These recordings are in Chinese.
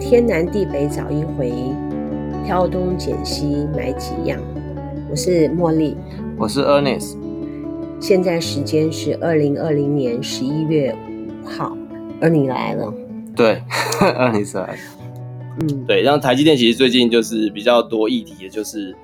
天南地北找一回，挑东拣西买几样。我是茉莉，我是 Ernest，现在时间是二零二零年十一月五号，而你来了，对 ，Ernest 来了嗯，对，然后台积电其实最近就是比较多议题，也就是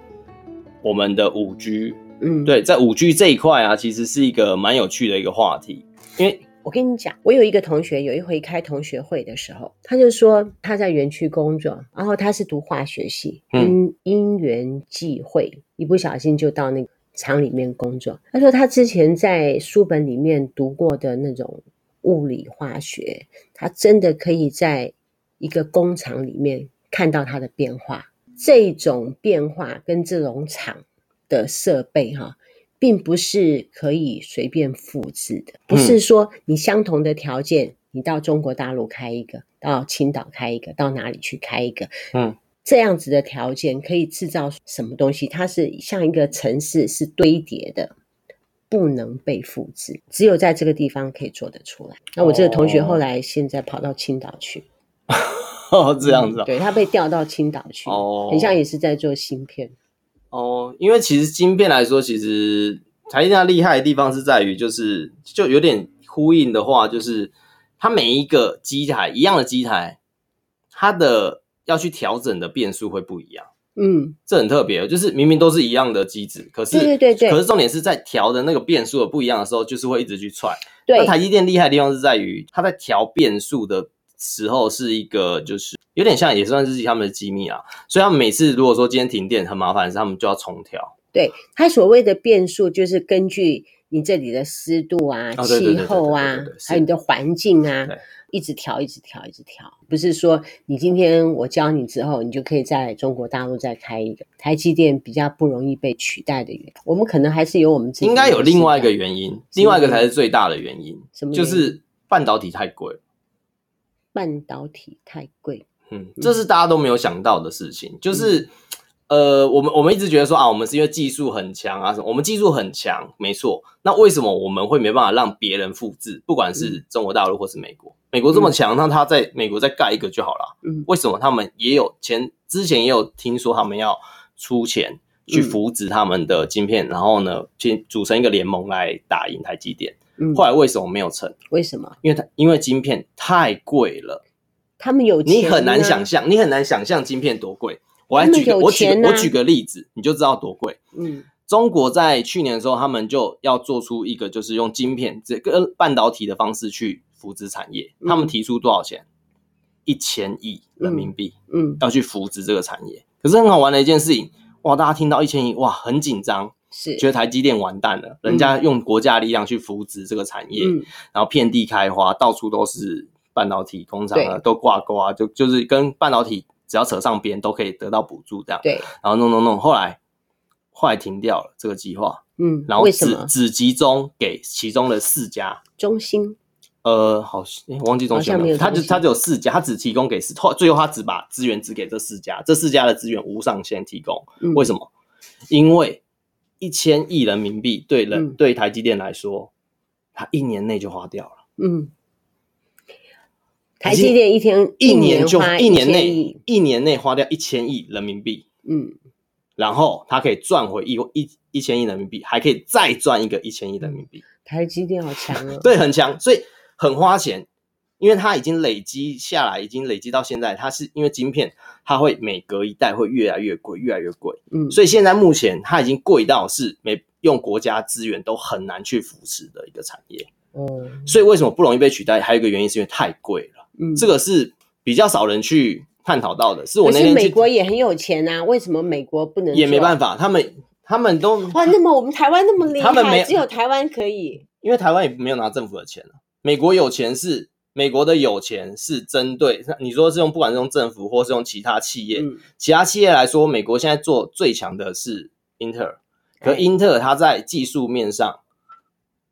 我们的五 G。嗯，，对，在五 G 这一块啊，其实是一个蛮有趣的一个话题， 因为我跟你讲，我有一个同学，有一回开同学会的时候，他就说他在园区工作，然后他是读化学系，嗯因因缘际会，一不小心就到那个厂里面工作。他说他之前在书本里面读过的那种物理化学，他真的可以在一个工厂里面看到它的变化。这种变化跟这种厂的设备哈、并不是可以随便复制的，不是说你相同的条件，你到中国大陆开一个，到青岛开一个，到哪里去开一个，嗯，这样子的条件可以制造什么东西？它是像一个城市是堆叠的。不能被复制，只有在这个地方可以做得出来。那我这个同学哦后来现在跑到青岛去，嗯这样子啊，嗯对他被调到青岛去，哦很像也是在做芯片。哦，因为其实晶片来说，其实台积电它厉害的地方是在于，就是就有点呼应的话，就是它每一个机台一样的机台，它的要去调整的变数会不一样。嗯，这很特别，就是明明都是一样的机制，可是对对对对可是重点是在调的那个变数的不一样的时候，就是会一直去踹。那对，台积电厉害的地方是在于，它在调变数的时候是一个，就是有点像也算是他们的机密啊。所以他们每次如果说今天停电很麻烦，是他们就要重调。对，它所谓的变数就是根据你这里的湿度啊、哦对对对气对对候对啊对对，是还有你的环境啊对，一直调、一直调、一直调。不是说你今天我教你之后，你就可以在中国大陆再开一个台积电比较不容易被取代的原因。我们可能还是有嗯我们自己应该有另外一个因，原因，另外一个才是最大的原因，什么原就因是半导体太贵了。半导体太贵。嗯，这是大家都没有想到的事情，就是。呃，我们我们一直觉得说啊，我们是因为技术很强啊什么，我们技术很强，没错。那为什么我们会没办法让别人复制？不管是中国大陆或是美国，美国这么强，那他在美国再盖一个就好了。啊嗯为什么他们也有前之前也有听说他们要出钱去扶植他们的晶片，然后呢，去组成一个联盟来打赢台积电。嗯，后来为什么没有成？为什么因为它因为晶片太贵了。他们有钱、啊你很难想，象，你很难想象晶片多贵。我来他们举个，有我举钱啊个，呐我举个例子，你就知道多贵。嗯中国在去年的时候，他们就要做出一个，就是用晶片这个半导体的方式去扶植产业。嗯他们提出多少钱？一千亿人民币、嗯，要去扶植这个产业。可是很好玩的一件事情，哇，大家听到一千亿，哇，很紧张，是觉得台积电完蛋了，人家用国家力量去扶植这个产业。嗯然后遍地开花，到处都是半导体工厂啊，对都挂钩啊，就就是跟半导体只要扯上边都可以得到补助这样。对然后弄弄弄，后来后来停掉了这个计划，嗯，然后为什只么只集中给其中的四家。中兴呃，好，诶忘记中心好像没有他就中心他只有四家，他只提供给四，后最后他只把资源只给这四家，这四家的资源无上限提供。为什什么？因为一千亿人民币对人、嗯对台积电来说，它一年内就花掉了。么？嗯。台积电一天一年就花一年1000内亿一年内花掉一千亿人民币，嗯，然后他可以赚回一一一千亿人民币，还可以再赚一个一千亿人民币，台积电好强哦。 对，很强，所以很花钱，因为它已经累积下来，已经累积到现在，它是因为晶片，它会每隔一代会越来越贵，越来越贵，嗯，所以现在目前它已经贵到是没用国家资源都很难去扶持的一个产业，哦，所以为什么不容易被取代？还有一个原因是因为太贵了。嗯，这个是比较少人去探讨到的。是我可那是天美去国也很有钱啊，为什么美国不能？也没办法。法，他们他们都哇，那么我们台湾那么厉他们没害，只有台湾可以。因为台湾也没有拿政府的钱啊美国有钱是美国的有钱是针对你说是用不管是用政府或是用其他企业，嗯，其他企业来说，美国现在做最强的是英特尔，可哎英特尔它在技术面上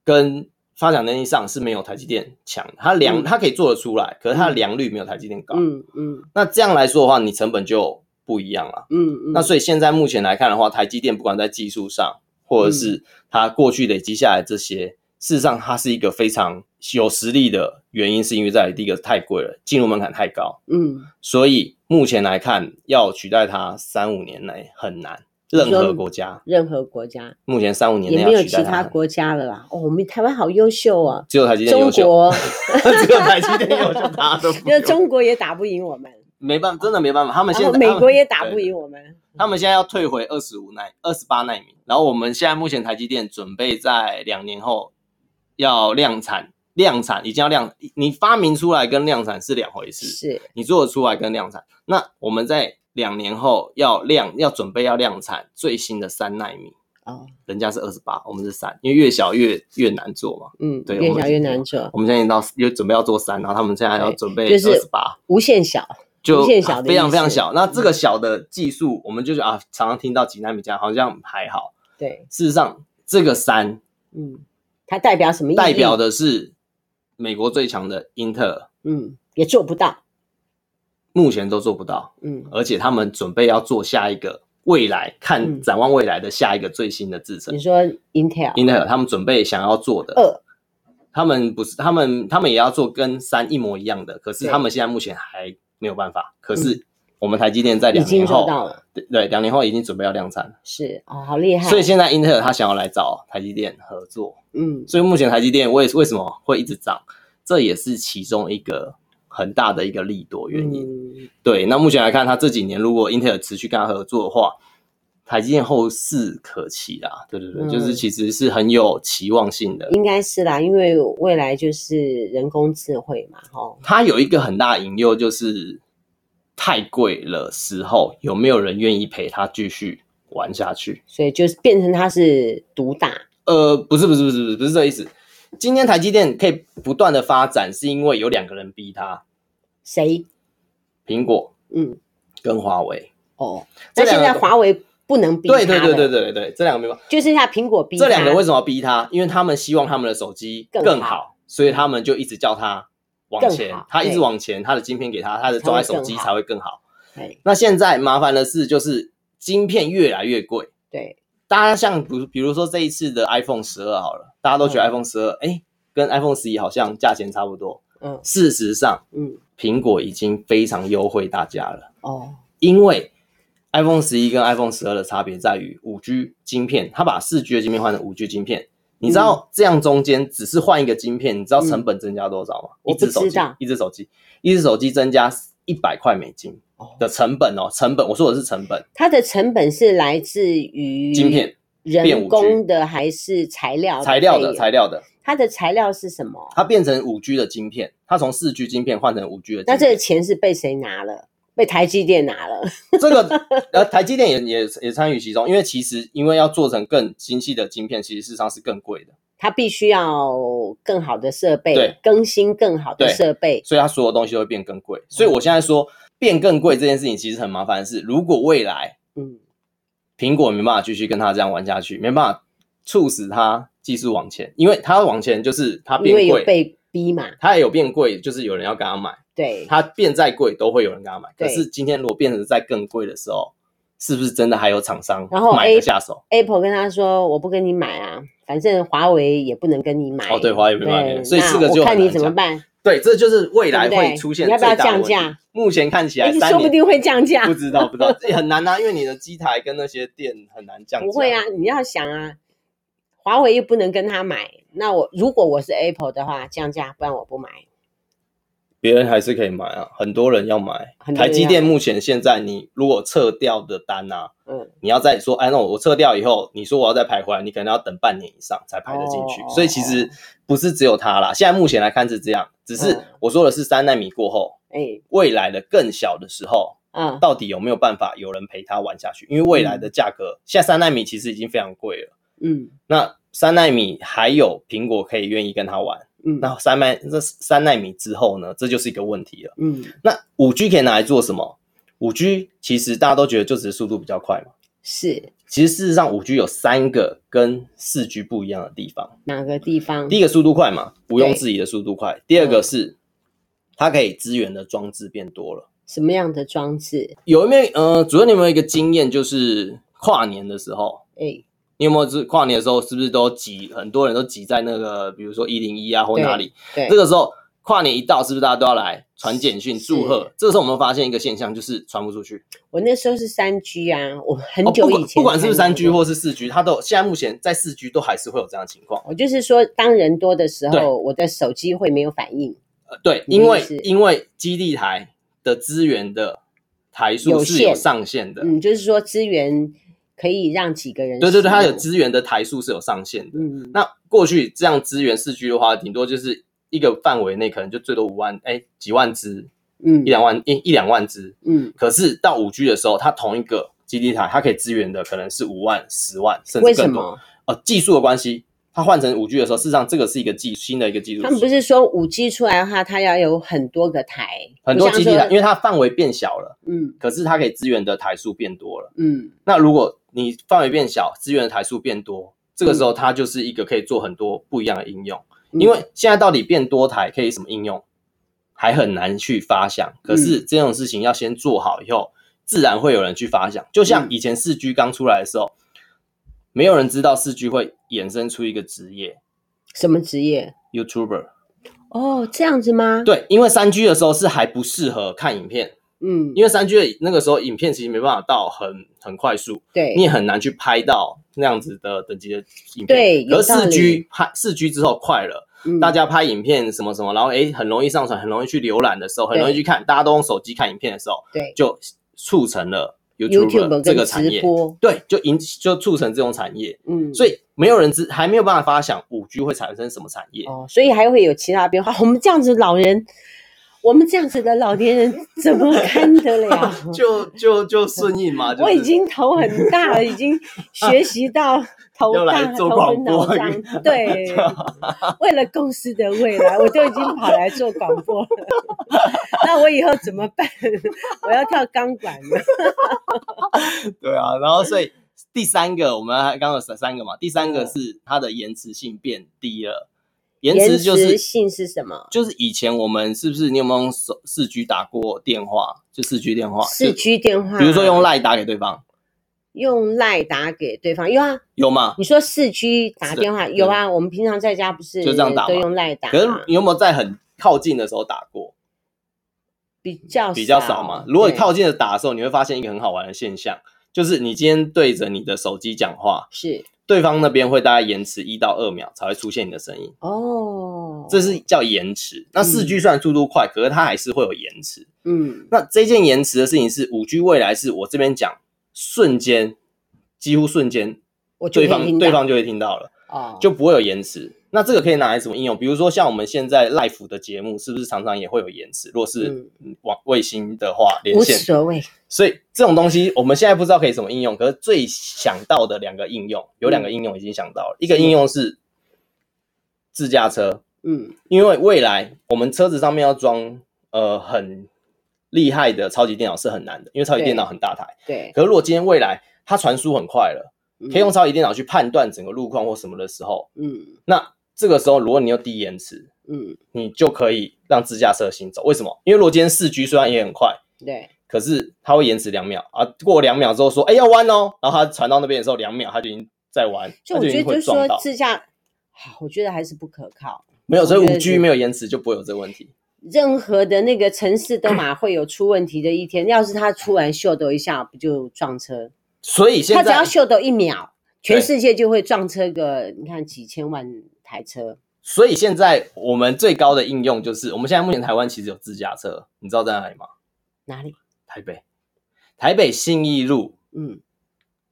跟发展能力上是没有台积电强的，它良、嗯它可以做得出来，可是它的嗯良率没有台积电高。嗯嗯那这样来说的话，你成本就不一样了。嗯嗯。那所以现在目前来看的话，台积电不管在技术上，或者是它过去累积下来这些，事实上它是一个非常有实力的原因是因为在于第一个太贵了，进入门槛太高，嗯，所以目前来看要取代它三五年内很难，任何国家任何国家目前三五年内也要没有取其代它他很难，国家了啦。哦，我们台湾好优秀哦，只有台积电中优秀，国 只有台积电优秀，大家都不 因为用中国也打不赢我们，没办法，真的没办法，他们然现后在美国也他们打不对赢我们。他们现在要退回二十五奈二十八奈米，然后我们现在目前台积电准备在两年后要量产，量产已经要量，你发明出来跟量产是两回事，是你做得出来跟量产，那我们在两年后要量，要准备要量产最新的三奈米，哦，人家是二十八，我们是三，因为越小越越难做嘛。嗯，对越我们小越难做，我们现在已经到又准备要做三，然后他们现在要准备就二是十八，无限小。就无限小的非常非常意思嗯小。那这个小的技术，我们就觉得啊，常常听到几纳米这样，好像还好。对，事实上，这个三嗯，它代表什么意义？代表的是美国最强的英特尔，嗯，也做不到。目前都做不到，嗯，而且他们准备要做下一个未来，嗯看展望未来的下一个最新的制程你。说 Intel 英特尔他们准备想要做的，二，他们不是他们他们也要做跟三一模一样的，可是对嗯他们现在目前还没有办法。可是我们台积电在已两经年做后，到了，对对，两年后已经准备要量产了。是哦，好厉害。所以现在英特尔他想要来找台积电合作，嗯，所以目前台积电为为什么会一直涨，这也是其中一个很大的一个利多原因。因对，那目前来看，它这几年如果英特尔持续跟他合作的话，台积电后市可期啦。对对对，嗯就是其实是很有期望性的。应该是啦，因为未来就是人工智慧嘛，哈，它有一个很大的引诱就是太贵了时候，有没有人愿意陪他继续玩下去？所以就是变成它是独大。呃，不是不是不是不是不是这个意思。今天台积电可以不断的发展，是因为有两个人逼它，谁？苹果嗯，跟华为。哦，这那现两在个华为不能逼它对对对对了，对对，这两个没有。就是像苹果逼这两个它为什么要逼它？因为他们希望他们的手机更更好好，所以他们就一直叫它往更前好，它一直对往前，它的晶片给它，它的才会装在手机更好才会更好。哎那现在麻烦的是，就是晶片越来越贵。对，大家像比如比如说这一次的 iPhone 十二好了，大家都觉嗯得 iPhone 十二、哎，跟 iPhone 十一好像价钱差不多。嗯事实上，嗯，苹果已经非常优惠大家了，哦，因为 iPhone 十一跟 iPhone 十二的差别在于五 G 晶片，它把四 G 的晶片换成五 G 晶片。你嗯知道这样中间只是换一个晶片，你知道成本增加多少吗？嗯一只手我不机知道，一只手机，一只手机增加一百块美金哦嗯的成本哦，成本，我说的是成本，它的成本是来自于晶片、人工的还是材料？材料的材料，料的，它的材料是什么？它变成五 G 的晶片，它从四 G 晶片换成五 G 的晶片。那这个钱是被谁拿了？被台积电拿了。这个， 呃，台积电也也也参与其中，因为其实因为要做成更精细的晶片，其实事实上是更贵的，它必须要更好的设备对，更新更好的对设备。所以它所有东西都会变更贵。所以我现在说变更贵这件事情其实很麻烦的是，如果未来嗯，苹果没办法继续跟它这样玩下去，没办法促使它技术往前，因为它往前就是它因为变有贵，被逼嘛，它也有变贵，就是有人要跟它买，对，它变再贵都会有人跟它买。对可是今天如果变成再更贵的时候，是不是真的还有厂商然后买 A- 得下手？ Apple 跟他说：“我不跟你买啊，反正华为也不能跟你买。”哦对华为没办法跟你买所以那这个就我看很你难怎么讲办？对，这就是未来对不对会出现你要不要最大的问题降价？目前看起哎来，三说不年定会降价不。知道不知道，这也很难啊，因为你的机台跟那些店很难降价。不会啊，，你要想啊，华为又不能跟他买。那我如果我是 Apple 的话，降价，不然我不买。别人还是可以买啊，很多人要买很。多人要买台积电目前现在，你如果撤掉的单啊，嗯，你要再说，哎，那我撤掉以后，你说我要再排回来，你可能要等半年以上才排得进去。哦所以其实不是只有它啦，现在目前来看是这样，只是嗯我说的是三纳米过后，哎，未来的更小的时候，啊，到底有没有办法有人陪他玩下去？因为未来的价格，现在三纳米其实已经非常贵了。嗯那三纳米还有苹果可以愿意跟他玩，嗯那三麦这三纳米之后呢，这就是一个问题了。嗯，那五 G 可以拿来做什么？五 G 其实大家都觉得就只是速度比较快嘛，是其实事实上五 G 有三个跟四 G 不一样的地方。哪个地方？第一个速度快嘛，毋庸置疑的速度快。第二个是它可以支援的装置变多了。什么样的装置？有没有呃，主任你有没有一个经验，就是跨年的时候，哎，你有没有是跨年的时候，是不是都挤很多人都挤在那个，比如说一零一啊或哪里？对这，个时候跨年一到，是不是大家都要来传简讯祝贺？这时候我们发现一个现象，就是传不出去。我那时候是三 G 啊，我很哦，久不以管前、不管是不是三 G 或是四 G，它都有现在目前在四 G 都还是会有这样的情况。我就是说，当人多的时对候，我的手机会没有反应，呃，对，你的因为意思因为基地台的资源的台数有是有限上限的，嗯，就是说资源可以让几个人，对对对，它有，资源的台数是有上限的。嗯，那过去这样资源四 G 的话，顶多就是一个范围内可能就最多五万，哎，几万只，嗯一两万一一两万只。嗯，可是到五 G 的时候，它同一个基地台，它可以支援的可能是五万、十万，甚嗯为至什更多。么？呃，技术的关系，它换成五 G 的时候，事实上这个是一个技新的一个技术。他们不是说五 G 出来的话，它要有很多个台，很多不像基地台，说因为它范围变小了，嗯可是它可以支援的台数变多了。嗯那如果你范围变小，资源的台数变多，这个时候它就是一个可以做很多不一样的应用。嗯因为现在到底变多台可以什么应用，还很难去发想。可是这种事情要先做好以后，自然会有人去发想。就像嗯以前四 G 刚出来的时候，没有人知道四 G 会衍生出一个职业什么职业？ YouTuber。哦，这样子吗？，对，因为三 G 的时候是还不适合看影片，嗯，因为三 G 的那个时候影片其实没办法到很很快速，对你，也很难去拍到那样子的等级的影片。对有而道四理 G 拍四 G 之后快了。嗯大家拍影片什么什么，然后诶很容易上传，很容易去浏览的时候，很容易去看，大家都用手机看影片的时候，对就促成了 YouTube YouTube 这跟个产直业，播，对，就引起就促成这种产业，嗯，所以没有人知还没有办法发想五 G 会产生什么产业，哦，所以还会有其他变化。我 们这样子老人，我们这样子的老年人怎么看得了？ 就就就顺应嘛，就是啊 我已经头很大了，已经学习到头又来大做头昏广脑播 胀。 对，为了公司的未来，我都已经跑来做广播了。 那我以后怎么办？我要跳钢管了。对啊，然后所以第三个我们还刚刚有三三个嘛，第三个是它的延迟性变低了， 延迟就是哦延迟性是什么？就是以前我们是不是你有没有用手四 G 打过电话？就四 G 电话，四 G 嗯电话，啊就比如说用赖打给对方，用赖打给对方，有啊。有吗？你说四 G 打电话是有啊？我们平常在家不是就这样打吗都用赖打吗，可是你有没有在很靠近的时候打过？比较比较少嘛。如果你靠近的打的时候，你会发现一个很好玩的现象，就是你今天对着你的手机讲话，对是对方那边会大概延迟一到二秒才会出现你的声音，哦，这是叫延迟。那四 G 虽然速度快，可是它还是会有延迟。嗯那这件延迟的事情是五 G 未来是我这边讲瞬间，几乎瞬间，我就可对以方听对到方就会听到了，哦，就不会有延迟。那这个可以拿来什么应用？比如说像我们现在 Life 的节目，是不是常常也会有延迟？若是嗯往卫星的话连无线，所谓，所以这种东西我们现在不知道可以怎么应用，可是最想到的两个应用，有两嗯个应用已经想到了，一个应用是自驾车，嗯因为未来我们车子上面要装呃很厉害的超级电脑是很难的，因为超级电脑很大台。对，可是如果今天未来它传输很快了，可以用超级电脑去判断整个路况或什么的时候，嗯那这个时候如果你有低延迟，嗯你就可以让自驾车行走。为什么？因为如果今天四 G 虽然也很快，对，可是它会延迟两秒啊，过两秒之后说哎、要弯哦，然后它传到那边的时候两秒它就已经在弯，所以它我就已觉得经就会是撞说到。自驾，好我觉得还是不可靠。没有，所以我觉五得 G 是没有延迟就不会有这个问题。任何的那个城市都嘛会有出问题的一天，要是他突然秀逗一下，不就撞车？所以现他在只要秀逗一秒，全对世界就会撞车个你看几千万台车。所以现在我们最高的应用就是，我们现在目前台湾其实有自驾车，你知道在哪里吗？哪里？台北，台北信义路嗯，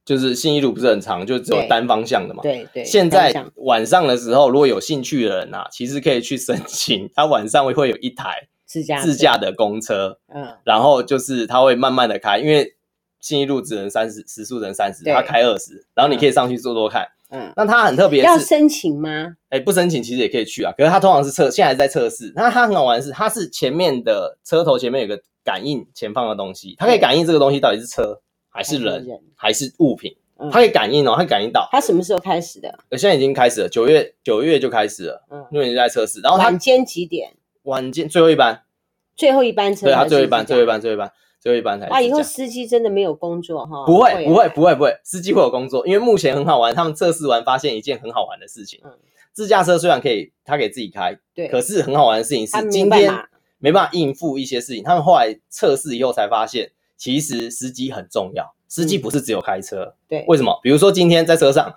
就是信义路不是很长，就只有对单方向的嘛。。对对。现单在向晚上的时候，如果有兴趣的人啊，其实可以去申请，它晚上会有一台自驾自车，驾的公车，嗯，然后就是它会慢慢的开，因为信义路只能三十，时速只能三十，对它开二十，然后你可以上去坐坐看。嗯，那它很特别，要是。申请吗？哎，不申请其实也可以去啊。可是它通常是测，现在还在测试。那它很好玩的是，它是前面的车头前面有个感应前方的东西，它可以对感应这个东西到底是车还是还是人人还是物品，嗯它可以感应哦，它可以感应到。他什么时候开始的？呃现在已经开始了，九月九月就开始了，嗯，因为已经在测试。然后它晚间几点？晚间最后一班，最后一班车对，它还是自驾，最后一班，最后一班，最后一班，最后一班才是哇，以后这样司机真的没有工作哈？不会，不啊会，不会，不会，司机会有工作，因为目前很好玩。他们测试完发现一件很好玩的事情，嗯自驾车虽然可以，他可以自己开，对，可是很好玩的事情他是，没今办天法没办法应付一些事情。他们后来测试以后才发现，其实司机很重要。司机嗯不是只有开车，对，为什么？比如说今天在车上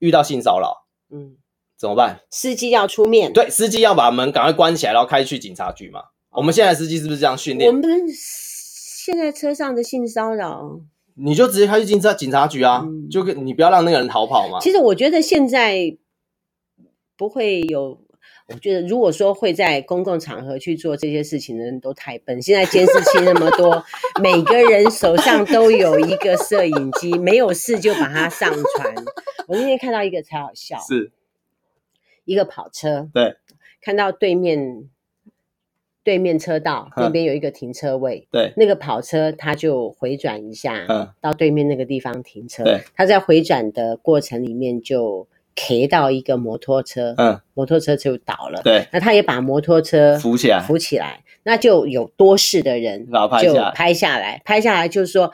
遇到性骚扰嗯，怎么办？司机要出面，，对，司机要把门赶快关起来，然后开去警察局嘛。我们现在的司机是不是这样训我练？们现在车上的性骚扰，你就直接开去警察警察局啊，嗯就跟你不要让那个人逃跑嘛。其实我觉得现在不会有，我觉得如果说会在公共场合去做这些事情的人都太笨。现在监视器那么多，每个人手上都有一个摄影机，没有事就把它上传。我那天看到一个才好笑，是，一个跑车，对，看到对面对面车道嗯那边有一个停车位，对，那个跑车它就回转一下，嗯，到对面那个地方停车对。他在回转的过程里面就 K 到一个摩托车，嗯，摩托车就倒了。对，那他也把摩托车扶起来，扶起来，那就有多事的人把它拍就下来拍下来，拍下来就是说。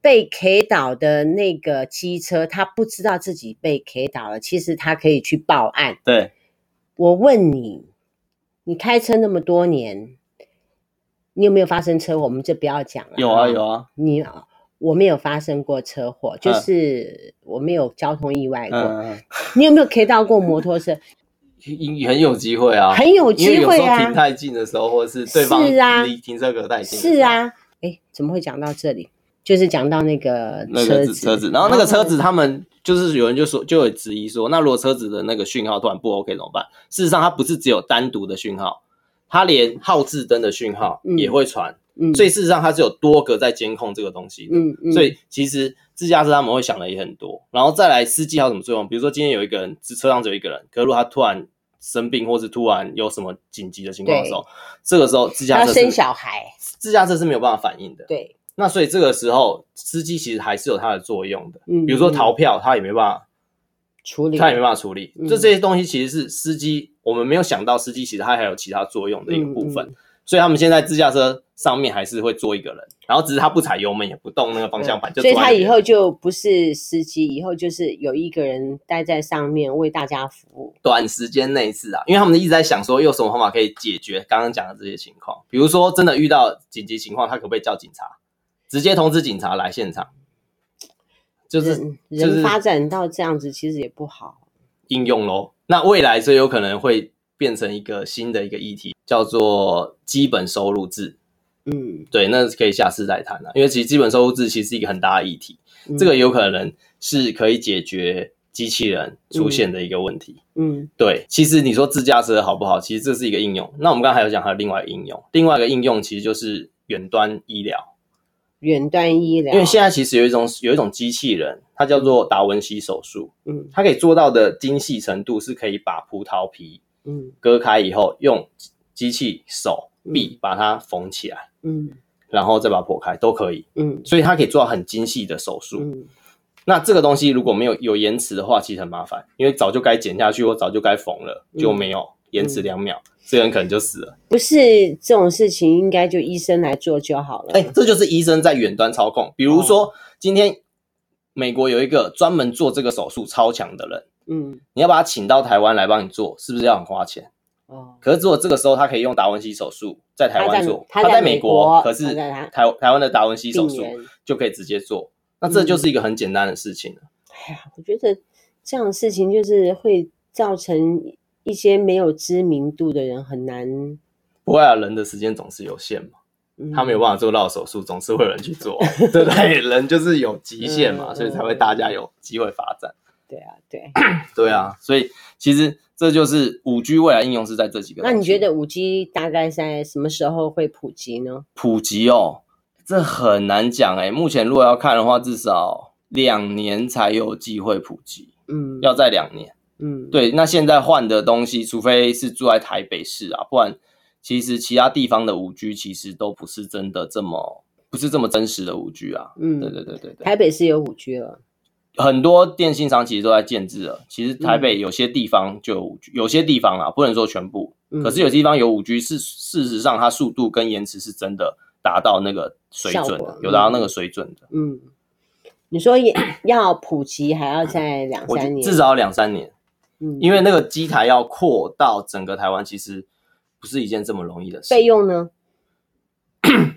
被 K 倒的那个机车，他不知道自己被 K 倒了，其实他可以去报案。对，我问你，你开车那么多年，你有没有发生车祸？我们就不要讲了。有啊有啊，你我没有发生过车祸，就嗯是我没有交通意外过。嗯，嗯你有没有 K 到过摩托车？嗯很有机会啊，很有因为机有会时候停啊，太近的时候，或者是对方是啊离停车格太近，是，啊。哎，怎么会讲到这里？就是讲到那个那个子，子车子，然后那个车子他们就是有人就说就有质疑说，那如果车子的那个讯号突然不 OK 怎么办？事实上，它不是只有单独的讯号，它连号志灯的讯号嗯也会传，嗯，所以事实上它是有多个在监控这个东西的。嗯嗯，所以其实自驾车他们会想的也很多，然后再来司机还有什么作用？比如说今天有一个人只车上只有一个人，可是如果他突然生病或是突然有什么紧急的情况的时候，这个时候自驾要车生是小孩，自驾车是没有办法反应的。对，那所以这个时候司机其实还是有它的作用的，嗯，比如说嗯逃票他也没办法，处理，他也没办法处理嗯。这这些东西其实是司机我们没有想到，司机其实他还有其他作用的一个部分。嗯所以他们现在自驾车上面还是会坐一个人，然后只是他不踩油门，也不动那个方向盘，就所以坐在他那边以后就不是司机，以后就是有一个人待在上面为大家服务。短时间内是啊，因为他们一直在想说，有什么方法可以解决刚刚讲的这些情况，比如说真的遇到紧急情况，他可不可以叫警察，直接通知警察来现场？就是人就是人发展到这样子，其实也不好。应用喽。那未来这有可能会变成一个新的一个议题，叫做基本收入制。嗯，对，那可以下次再谈了、因为其实基本收入制其实是一个很大的议题，嗯这个有可能是可以解决机器人出现的一个问题。嗯。对，其实你说自驾车好不好？其实这是一个应用。那我们刚才有讲还有另外一个应用，另外一个应用其实就是远端医疗，远端医疗，因为现在其实有一种有一种机器人，它叫做达文西手术，嗯它可以做到的精细程度是可以把葡萄皮嗯割开以后，用机器手臂把它缝起来，嗯然后再把它破开都可以，嗯所以它可以做到很精细的手术。嗯那这个东西如果没有有延迟的话，其实很麻烦，因为早就该剪下去或早就该缝了，嗯就没有、延迟两秒，这个人可能就死了。不是这种事情，应该就医生来做就好了。哎、这就是医生在远端操控。比哦如说，今天美国有一个专门做这个手术超强的人，嗯你要把他请到台湾来帮你做，是不是要很花钱？哦，可是如果这个时候他可以用达文西手术在台湾做，他他在在美美国可是他在哪台台湾的达文西手术病人就可以直接做，那这就是一个很简单的事情了。哎呀，我觉得这样的事情就是会造成一些没有知名度的人很难，不过啊，人的时间总是有限嘛。嗯他没有办法做到的手术，总是会有人 去做，对不对？人就是有极限嘛，嗯所以才会大家有机会发展。对啊，对。对啊，所以其实这就是五 G 未来应用是在这几个东那西。你觉得五 G 大概在什么时候会普及呢？普及哦，这很难讲哎。目前如果要看的话，至少两年才有机会普及，嗯，要在两年。嗯，对，那现在换的东西，除非是住在台北市啊，不然其实其他地方的五 G 其实都不是真的这么不是这么真实的五 G 啊。嗯，对对对对对。台北是有五 G 了，很多电信商其实都在建制了。其实台北有些地方就有五 G，、有些地方啦，不能说全部，嗯可是有些地方有五 G，是事实上它速度跟延迟是真的达到那个水效准果的，有达到那个水准的。嗯，你说也要普及，还要在两我觉三得年，至少两三年，嗯，因为那个机台要扩到整个台湾，其实不是一件这么容易的事。费用呢？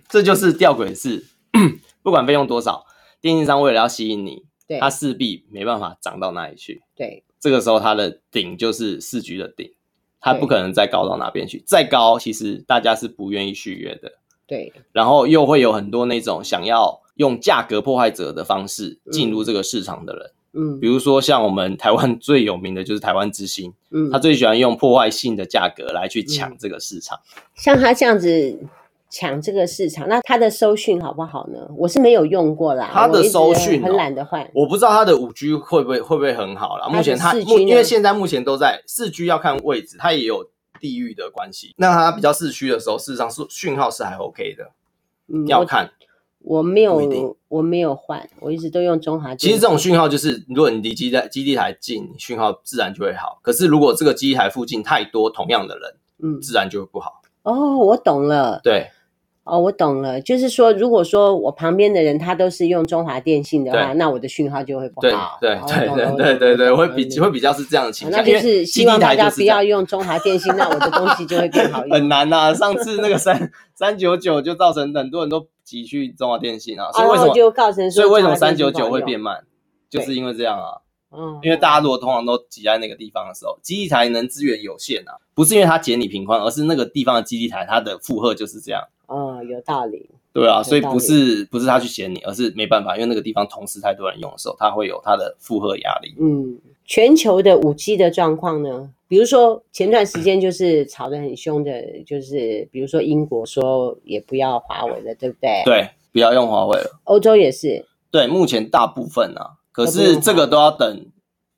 这就是吊诡是， 不管费用多少，电信商为了要吸引你，对它势必没办法涨到哪里去。对，这个时候它的顶就是市局的顶，它对不可能再高到哪边去。再高，其实大家是不愿意续约的。对，然后又会有很多那种想要用价格破坏者的方式进入这个市场的人，嗯比如说像我们台湾最有名的就是台湾之星，嗯他，最喜欢用破坏性的价格来去抢这个市场。像他这样子抢这个市场，那他的收讯好不好呢？我是没有用过啦，他我的一直收讯哦很懒得换，我不知道他的五 G 会不会会不会很好啦。的目前他 4G 目呢因为现在目前都在四 G 要看位置，它也有地域的关系。那它比较市区的时候，事实上是讯号是还 OK 的，嗯，要我看。我没不一定有，我没有换，我一直都用中华电信。其实这种讯号就是，如果你离基地基地台近，讯号自然就会好。可是如果这个基地台附近太多同样的人，嗯，自然就会不好。哦，我懂了，对哦，我懂了，就是说，如果说我旁边的人他都是用中华电信的话，对那我的讯号就会不对好。对哦对懂了我对对懂对了对，懂会了比会比较是这样的好倾那向，就因为是基希地望大台家就不是这样要。用中华电信，那我的东西就会变好用。 很难呐、上次那个三 三九九就造成很多人都挤去中华电信啊，所以为然什后么？哦就告成说，所以为什么三九九会变？慢？就对是因为这样啊，嗯，因为大家如果通常都挤在那个地方的时候，基地台能资源有限啊，不是因为它减你频宽，而是那个地方的基地台它的负荷就是这样。哦，有道理。对啊，理所以不是不是他去嫌你，而是没办法，因为那个地方同时太多人用的时候，它会有它的负荷压力。嗯，全球的五 G 的状况呢？比如说前段时间就是吵得很凶的，就是比如说英国说也不要华为了，对不对？，对，不要用华为了。欧洲也是，对，目前大部分啊，可都不用是华为这个都要等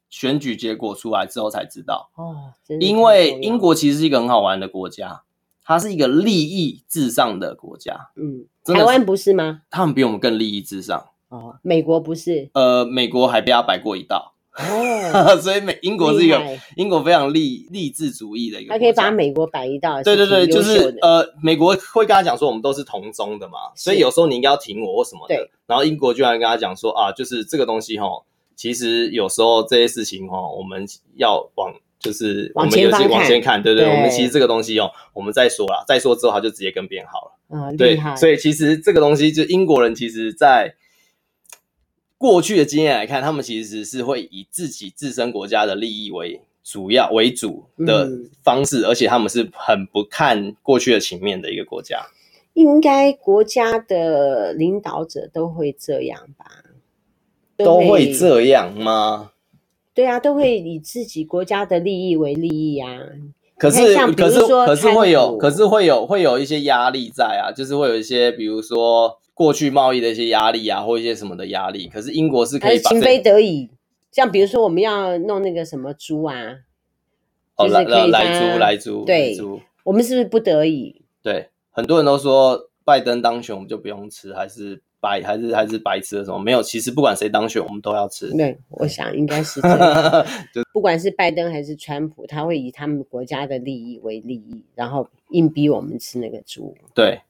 选举结果出来之后才知道，哦，真是因太为重要英，国其实是一个很好玩的国家，它是一个利益至上的国家，嗯，真台的是湾不是吗？他们比我们更利益至上。哦，美国不是呃，美国还被他摆过一道， 哦，所以美英国是一厉个害英国非常利利自主义的一个他国家，可以把美国摆一道，对对对，挺优就秀是的呃，美国会跟他讲说我们都是同宗的嘛，所以是有时候你应该要挺我或什么的对。然后英国居然跟他讲说啊，就是这个东西哈，其实有时候这些事情哈，我们要往就是我往们前有方些往看前看，对对，对我们其实这个东西哦，我们再说啦，再说之后他就直接跟别人好了。啊厉对害，，所以其实这个东西就英国人其实在。过去的经验来看，他们其实是会以自己自身国家的利益为主要为主的嗯方式，而且他们是很不看过去的情面的一个国家。应该国家的领导者都会这样吧？都会这样吗？对啊，都会以自己国家的利益为利益啊。可你看是像比可如是说可是川会有普可是会有会有一些压力在啊，就是会有一些比如说过去贸易的一些压力啊，或一些什么的压力。可是英国是可还以是把呃情这非得已，像比如说我们要弄那个什么猪啊，就哦是来可来以来把租来租对来租我们是不是不得已？对，很多人都说拜登当选我们就不用吃，还是白还是还是白吃了什么？没有，其实不管谁当选，我们都要吃。对，我想应该是这样。就不管是拜登还是川普，他会以他们国家的利益为利益，然后硬逼我们吃那个猪。对，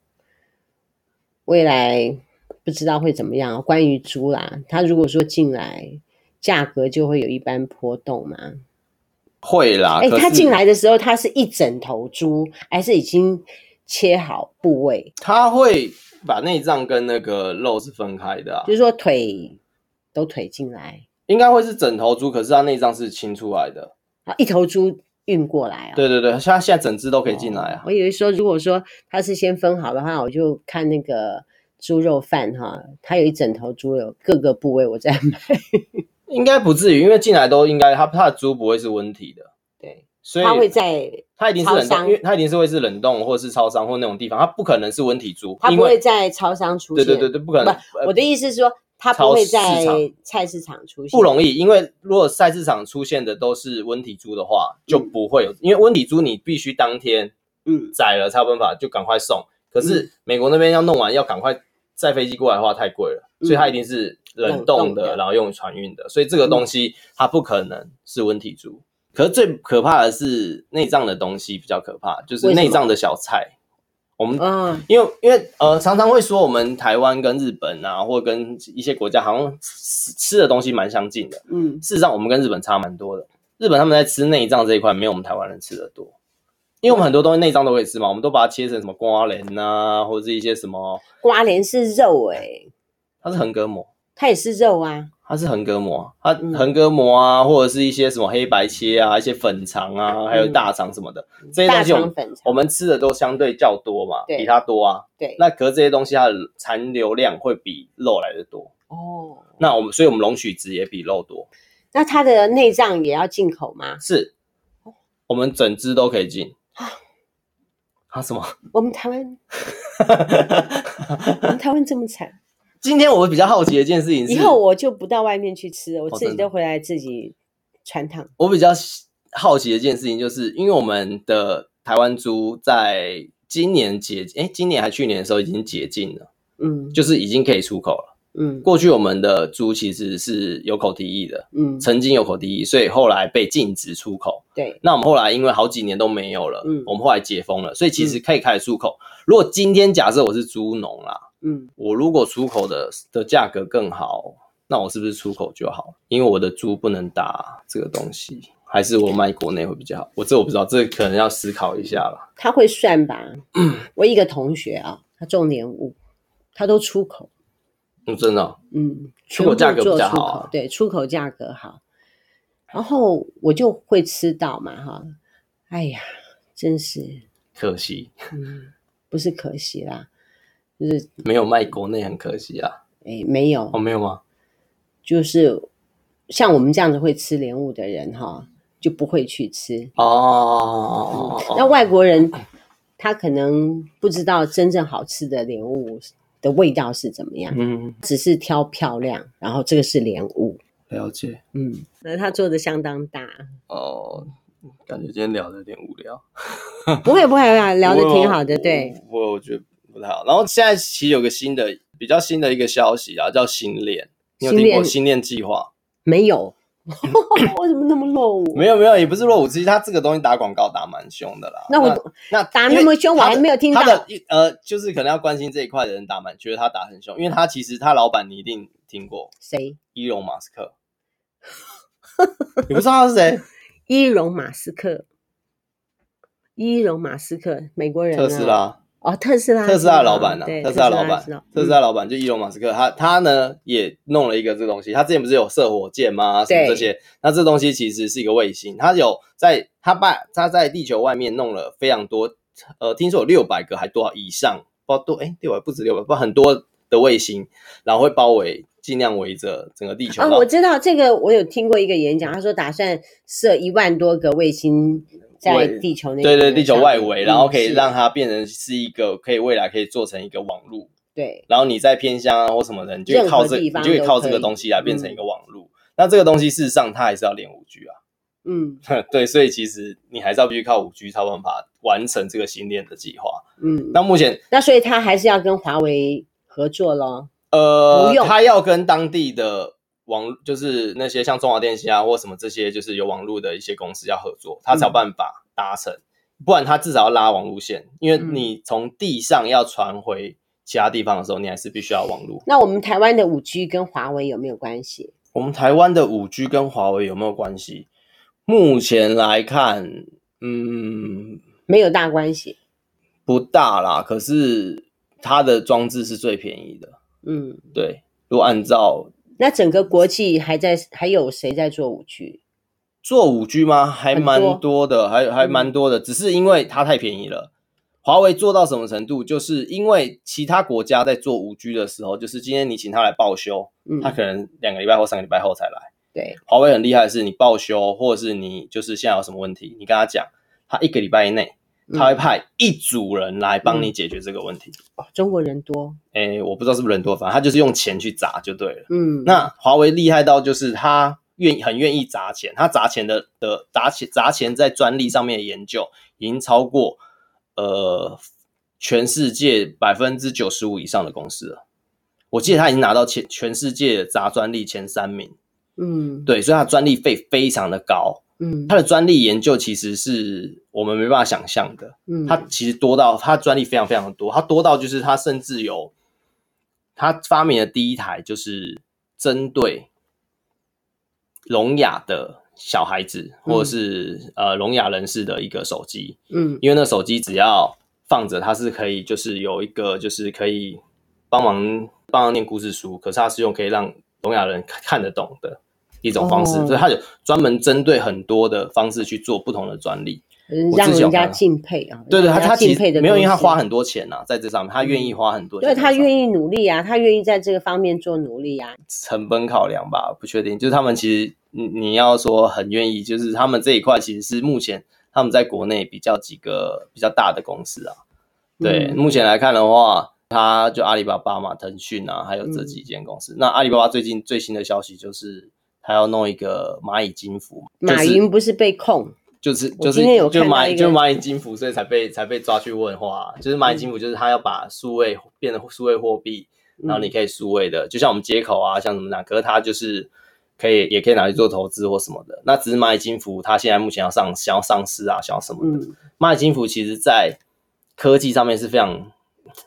未来不知道会怎么样。关于猪啦，它如果说进来，价格就会有一般波动嘛。会啦。哎、可它是进来的时候，它是一整头猪，还是已经切好部位？他会把内脏跟那个肉是分开的、啊就，是说腿都腿进来，应该会是整头猪，可是它内脏是清出来的。啊，一头猪运过来啊、对对对，它现在整只都可以进来啊哦我。以为说，如果说它是先分好的话，我就看那个猪肉饭哈，它有一整头猪，有各个部位我在买。应该不至于，因为进来都应该它它的猪不会是温体的， 对，所以它会在，它一定是冷超冻，商因为它一定是会是冷冻或是超商或那种地方，它不可能是温体猪，它因不会为在超商出对现。对对对，不可能。呃我的意思是说，它不超会市在场菜市场出现，不容易，因为如果菜市场出现的都是温体猪的话，就不会有，因为温体猪你必须当天嗯，宰了才有办法就赶快送。可是美国那边要弄完要赶快载飞机过来的话太贵了，嗯所以它一定是冷冻冷冻的的，然后用船运的，所以这个东西它不可能是温体猪。可是最可怕的是内脏的东西比较可怕，就是为什么内脏的小菜，我们嗯，因为因为呃，常常会说我们台湾跟日本啊，或跟一些国家好像吃吃的东西蛮相近的。嗯事实上，我们跟日本差蛮多的。日本他们在吃内脏这一块没有我们台湾人吃的多，因为我们很多东西内脏都可以吃嘛，我们都把它切成什么瓜莲呐，或者是一些什么，瓜莲是肉哎、它是横膈膜，它也是肉啊，它是横膈膜，啊它嗯横膈膜啊，或者是一些什么黑白切啊，一些粉肠啊，还有大肠什么的，这些嗯大东西我肠们粉肠，我们吃的都相对较多嘛，对比它多啊。对那可是这些东西它的残留量会比肉来的多，哦，那我们所以我们容许值也比肉多，那它的内脏也要进口吗？是，哦我们整只都可以进。啊什么？ 我们台湾，我们台湾这么惨，今天我比较好奇的一件事情是，以后我就不到外面去吃了，我哦自己真的都回来自己穿烫。我比较好奇的一件事情，就是因为我们的台湾猪在今年解，哎，今年还去年的时候已经解禁了，嗯，就是已经可以出口了。嗯过去我们的猪其实是有口蹄疫的，嗯，曾经有口蹄疫，所以后来被禁止出口。对，那我们后来因为好几年都没有了，嗯我们后来解封了，所以其实可以开始出口。如果今天假设我是猪农啦，嗯我如果出口的的价格更好，那我是不是出口就好？因为我的猪不能打这个东西，还是我卖国内会比较好？我这我不知道，这可能要思考一下了。他会算吧。嗯我一个同学啊，他种莲雾，他都出口，嗯，真的哦、嗯，出口价格全部做比较出好啊口对，出口价格好。然后我就会吃到嘛，哈，哎呀，真是，可惜嗯，不是可惜啦，就是没有卖国内，很可惜啊。哎没有哦，，没有吗？就是像我们这样子会吃莲雾的人哈，就不会去吃。哦，那外国人他可能不知道真正好吃的莲雾的味道是怎么样，嗯，只是挑漂亮，然后这个是莲雾，了解。嗯，那他做的相当大，哦，感觉今天聊的有点无聊， 不会不会啊，聊的我挺好的，对，，我我觉得不太好。然后现在其实有个新的、比较新的一个消息啊，叫新恋，你有新听过恋新恋计划？没有， 我怎么那么落伍？没有没有，也不是落伍，其实他这个东西打广告打蛮凶的啦。那我那打因为那么凶他的我还没有听他的到一呃，就是可能要关心这一块的人打蛮，觉得他打很凶，因为他其实他老板你一定听过谁？伊隆马斯克，你不知道他 是谁？伊隆马斯克，伊隆马斯克，美国人、啊，特斯拉，哦，特斯拉，特斯拉的老板呢、呢？对特斯拉老板知道，嗯特斯拉老板就伊隆马斯克，他他呢也弄了一个这东西，他之前不是有射火箭吗？什么对这些，那这东西其实是一个卫星，他有在他把他在地球外面弄了非常多，呃，听说有六百个还多少以上，不知道多哎六百不止六百，不知道很多的卫星，然后会包围，尽量围着整个地球。啊、然后我知道这个，我有听过一个演讲，他说打算设一万多个卫星在卫地球那对个对，地球上外面围，然后嗯可以是让它变成是一个可以未来可以做成一个网络，对然后你在偏乡啊或什么的，你就可以靠这，任何地你方就可以都靠这可个以东西来变成一个网络。那这个东西事实上它还是要连五 G 啊， 嗯对，所以其实你还是要必须靠五 G 才有办法完成这个新链的计划。嗯，那那目前所以他还是要跟华为合作咯。呃不用，它要跟当地的网，就是那些像中华电信啊或什么这些，就是有网络的一些公司要合作，它才有办法达成，不然它至少要拉网路线，因为嗯你从地上要传回其他地方的时候，你还是必须要网路。那我们台湾的五 G 跟华为有没有关系？我们台湾的五 G 跟华为有没有关系？目前来看，嗯，没有大关系。不大啦。可是它的装置是最便宜的，嗯，对。如果按照那整个国际还在还有谁在做五 G？做五 G 吗？还蛮多的，还还蛮多的。只是因为它太便宜了，华为做到什么程度？就是因为其他国家在做五 G 的时候，就是今天你请他来报修，嗯，他可能两个礼拜或三个礼拜后才来。对，华为很厉害的是，你报修或者是你就是现在有什么问题，你跟他讲，他一个礼拜内嗯他会派一组人来帮你解决这个问题。哦中国人多。诶、我不知道是不是人多，反正他就是用钱去砸就对了。嗯，那华为厉害到就是他愿意很愿意砸钱，他砸钱的的砸钱砸钱在专利上面的研究已经超过呃全世界百分之九十五以上的公司了。我记得他已经拿到全全世界砸专利前三名，嗯对，所以他的专利费非常的高。嗯他的专利研究其实是我们没办法想象的，嗯，它其实多到它专利非常非常多，它多到就是它甚至有它发明的第一台就是针对聋哑的小孩子或者是、呃聋哑人士的一个手机，嗯因为那手机只要放着，它是可以就是有一个就是可以帮忙帮忙念故事书，可是它是用可以让聋哑人看看得懂的一种方式，哦所以它有专门针对很多的方式去做不同的专利。我让自己有人家看到敬佩啊。对对，让他人家他其敬实佩的没有，因为他公司花很多钱呐、在这上面，他愿意花很多钱对在这上他面，愿意努力啊，他愿意在这个方面做努力啊。成本考量吧，不确定。就是他们其实你你要说很愿意，就是他们这一块其实是目前他们在国内比较几个比较大的公司啊。对，嗯目前来看的话，它就阿里巴巴嘛、腾讯啊，还有嗯这几间公司。那阿里巴巴最近最新的消息就是，它要弄一个蚂蚁金服，就马是云不是被控，就是我就是今天有就看到蚂蚁一个就蚂蚁金服，所以才被才被抓去问话。就是蚂嗯蚁金服，就是它要把数位变成数位货币，然后嗯你可以数位的，就像我们接口啊，像什么那，可是它就是可以也可以拿去做投资或什么的。那只是蚂蚁金服，它现在目前要上想要上市啊，想要什么的。嗯蚂蚁金服其实在科技上面是非常，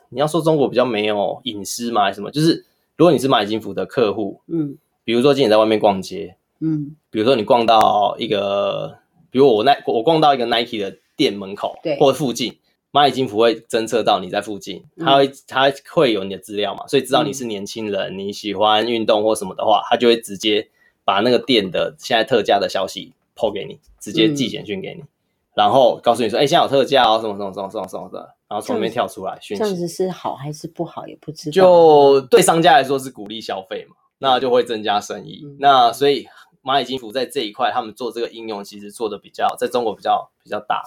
你要说中国比较没有隐私嘛，还是什么？就是如果你是蚂蚁金服的客户，嗯比如说今天你在外面逛街，嗯，比如说你逛到一个，比如我耐我逛到一个 Nike 的店门口，对或附近，蚂蚁金服会侦测到你在附近，嗯它会它会有你的资料嘛，所以知道你是年轻人，你喜欢运动或什么的话，它就会直接把那个店的现在特价的消息抛给你，直嗯接寄简讯给你，然后告诉你说，哎、现在有特价哦，什么什么什么什么什么的，然后从里面这样跳出来讯这样息，子是好还是不好也不知道。就对商家来说是鼓励消费嘛，那就会增加生意。嗯那所以蚂蚁金服在这一块，他们做这个应用其实做的比较，在中国比较比较大。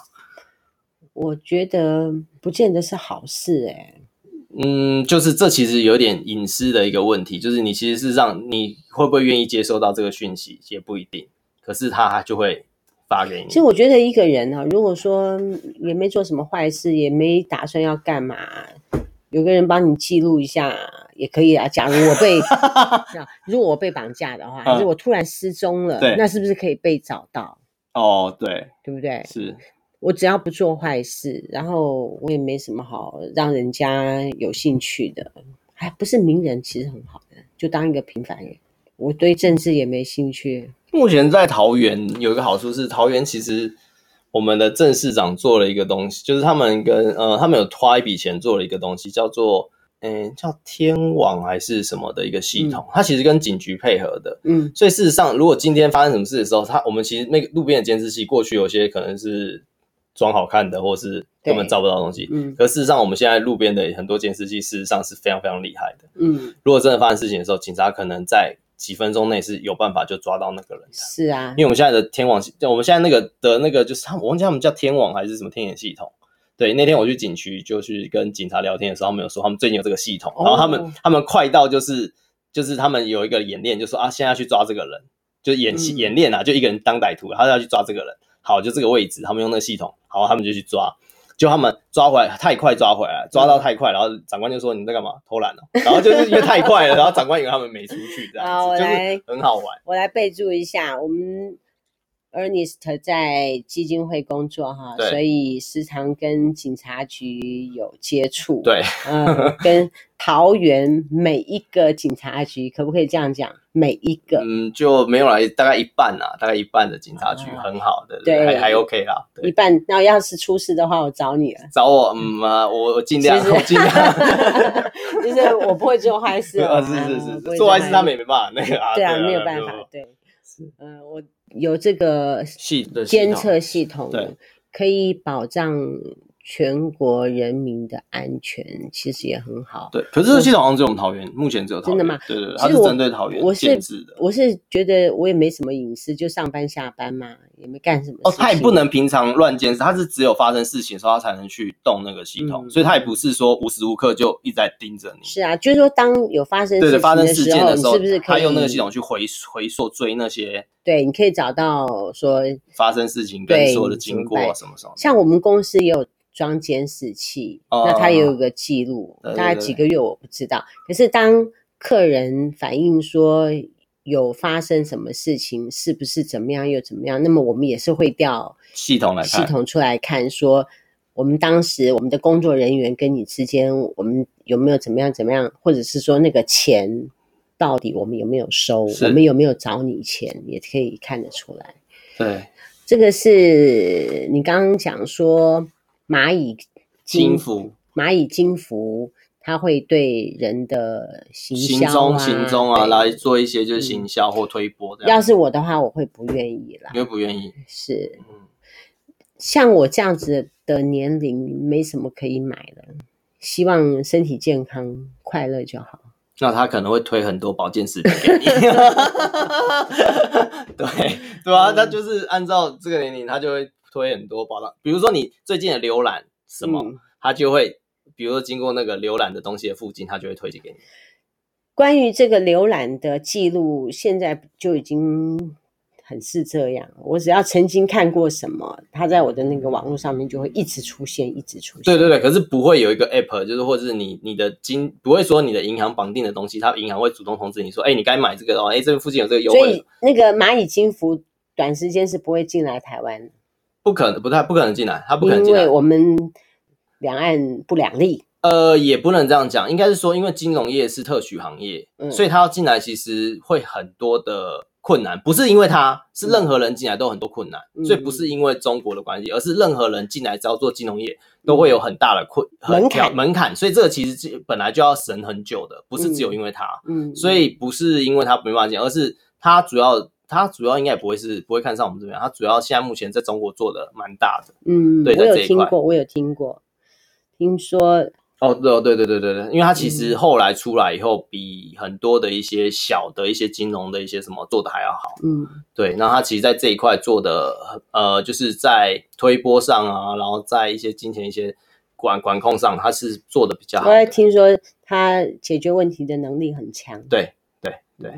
我觉得不见得是好事哎、嗯，就是这其实有点隐私的一个问题，就是你其实是让你会不会愿意接收到这个讯息也不一定，可是他就会发给其实你。我觉得一个人啊，如果说也没做什么坏事，也没打算要干嘛，有个人帮你记录一下也可以啊。假如我 被，如果我被绑架的话，嗯还是我突然失踪了对，那是不是可以被找到？哦，对，对不对？是，我只要不做坏事，然后我也没什么好让人家有兴趣的，还不是名人，其实很好的，就当一个平凡人。我对政治也没兴趣，目前在桃园有一个好处是，桃园其实我们的郑市长做了一个东西，就是他们跟呃，他们有花一笔钱做了一个东西，叫做嗯、叫天网还是什么的一个系统，它其实跟警局配合的。嗯所以事实上，如果今天发生什么事的时候，它我们其实那个路边的监视器，过去有些可能是装好看的，或是根本对照不到的东西。嗯可事实上，我们现在路边的很多监视器，事实上是非常非常厉害的。嗯，如果真的发生事情的时候，警察可能在几分钟内是有办法就抓到那个人的。是啊因，为我们现在的天网系，我们现在那个的那个就是他们，我忘记他们叫天网还是什么天眼系统。对，那天我去警局，就去跟警察聊天的时候，他们有说他们最近有这个系统，哦然后他们、他们快到就是就是他们有一个演练，就说啊，现在要去抓这个人，就演戏、嗯演练啊，就一个人当歹徒，他要去抓这个人，好，就这个位置，他们用那个系统，好，他们就去抓，就他们抓回来太快抓回来，抓嗯到太快，然后长官就说你们在干嘛偷懒哦、然后就是因为太快了，然后长官以为他们没出去这样好我子，就来是很好玩。我来备注一下，我们 Ernest 在基金会工作哈，对所以时常跟警察局有接触。，对，嗯，跟桃园每一个警察局，可不可以这样讲？每一个，嗯，就没有来，大概一半啊，大概一半的警察局啊很好的，对还还 OK 啦。一对，半。那要是出事的话，我找你了。 找我，嗯啊，我我尽量，其实我尽 量。就是我不会做坏事 啊哦，是是啊是不会是，做坏事他们没也没办法那个啊，对啊，没没有办法，对，嗯，我有这个系的系监统测系统对，可以保障全国人民的安全，其实也很好。对，可是这个系统好像只有我们桃园，目前只有桃真园。的吗对对对，其它实是我针对桃园我是建制的。我是觉得我也没什么隐私，就上班下班嘛，也没干什么哦，事它也情不能平常乱监视，它是只有发生事情的时候，它才能去动那个系统，嗯所以它也不是说无时无刻就一直在盯着你。是啊，就是说当有发生对对，事发情生的事时件候，的你时候是不是，可它以用那个系统去回回溯追那些对，你可以找到说发生事情跟对所有的怎么经过办什么什么的。像我们公司也有装监视器，哦那它也有个记录，对对大概几个月我不知道。可是当客人反映说有发生什么事情，是不是怎么样又怎么样，那么我们也是会调系统来系看，统出来看说。我们当时我们的工作人员跟你之间，我们有没有怎么样怎么样，或者是说那个钱到底我们有没有收，是我们有没有找你钱，也可以看得出来。对，这个是你刚刚讲说蚂蚁啊轻浮、蚂蚁金服，它会对人的行行销踪、啊，行踪啊，对来做一些就是行销或推波这要样。是我的话，我会不愿意啦你。会不愿意？是嗯，像我这样子的年龄，没什么可以买的，希望身体健康、快乐就好。那他可能会推很多保健食品给 你。对对嗯啊，他就是按照这个年龄，他就会推很多保障，比如说你最近的浏览什么，嗯他就会，比如说经过那个浏览的东西的附近，他就会推荐给你。关于这个浏览的记录，现在就已经很是这样。我只要曾经看过什么，它在我的那个网络上面就会一直出现，一直出现。对对对，可是不会有一个 app，就是或者是你你的金不会说你的银行绑定的东西，它银行会主动通知你说，哎，你该买这个哦，哎，这边附近有这个优所惠以，那个蚂蚁金服短时间是不会进来台湾的，不可能，不太不可能进来，它不可能因进来为。我们两岸不两立。呃，也不能这样讲，应该是说，因为金融业是特许行业，嗯所以它要进来其实会很多的困难，不是因为它是任何人进来都有很多困难，嗯所以不是因为中国的关系，而是任何人进来只要做金融业都会有很大的困很嗯门槛条门槛，所以这个其实是本来就要审很久的，不是只有因为它。嗯，所以不是因为他没办法进，而是他主要他主要应该也不会是不会看上我们这边，他主要现在目前在中国做的蛮大的。嗯，对我在有这一听块过，我有听过，听说哦，对哦，对对对对对，因为他其实后来出来以后，比很多的一些小的一些金融的一些什么做的还要好。嗯对，那他其实在这一块做的呃，就是在推波上啊，然后在一些金钱一些管管控上，他是做的比较好我也的。听说他解决问题的能力很强。对对对，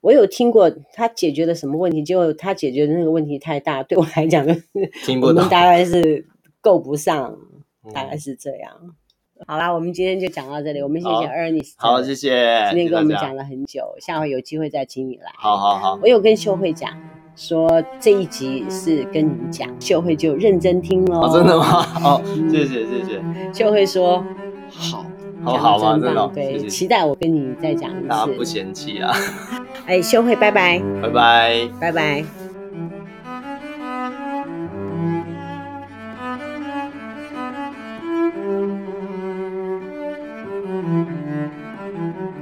我有听过他解决了什么问题，结果他解决的那个问题太大，对我来讲 就是听我不们懂。大概是够不上，大概嗯是这样。好啦，我们今天就讲到这里，我们谢好谢 Ernest，好，谢谢。今天跟我们谢谢大家讲。了很久，下回有机会再请你来。好好好，我有跟秀慧讲说这一集是跟你讲，秀慧就认真听喽、哦，真的？吗？哦，谢谢谢谢，秀慧说好，好好吗？讲真得的棒哦，对，谢谢，期待我跟你再讲大家一不次。嫌弃啊，哎，秀慧，拜拜，拜拜。拜拜。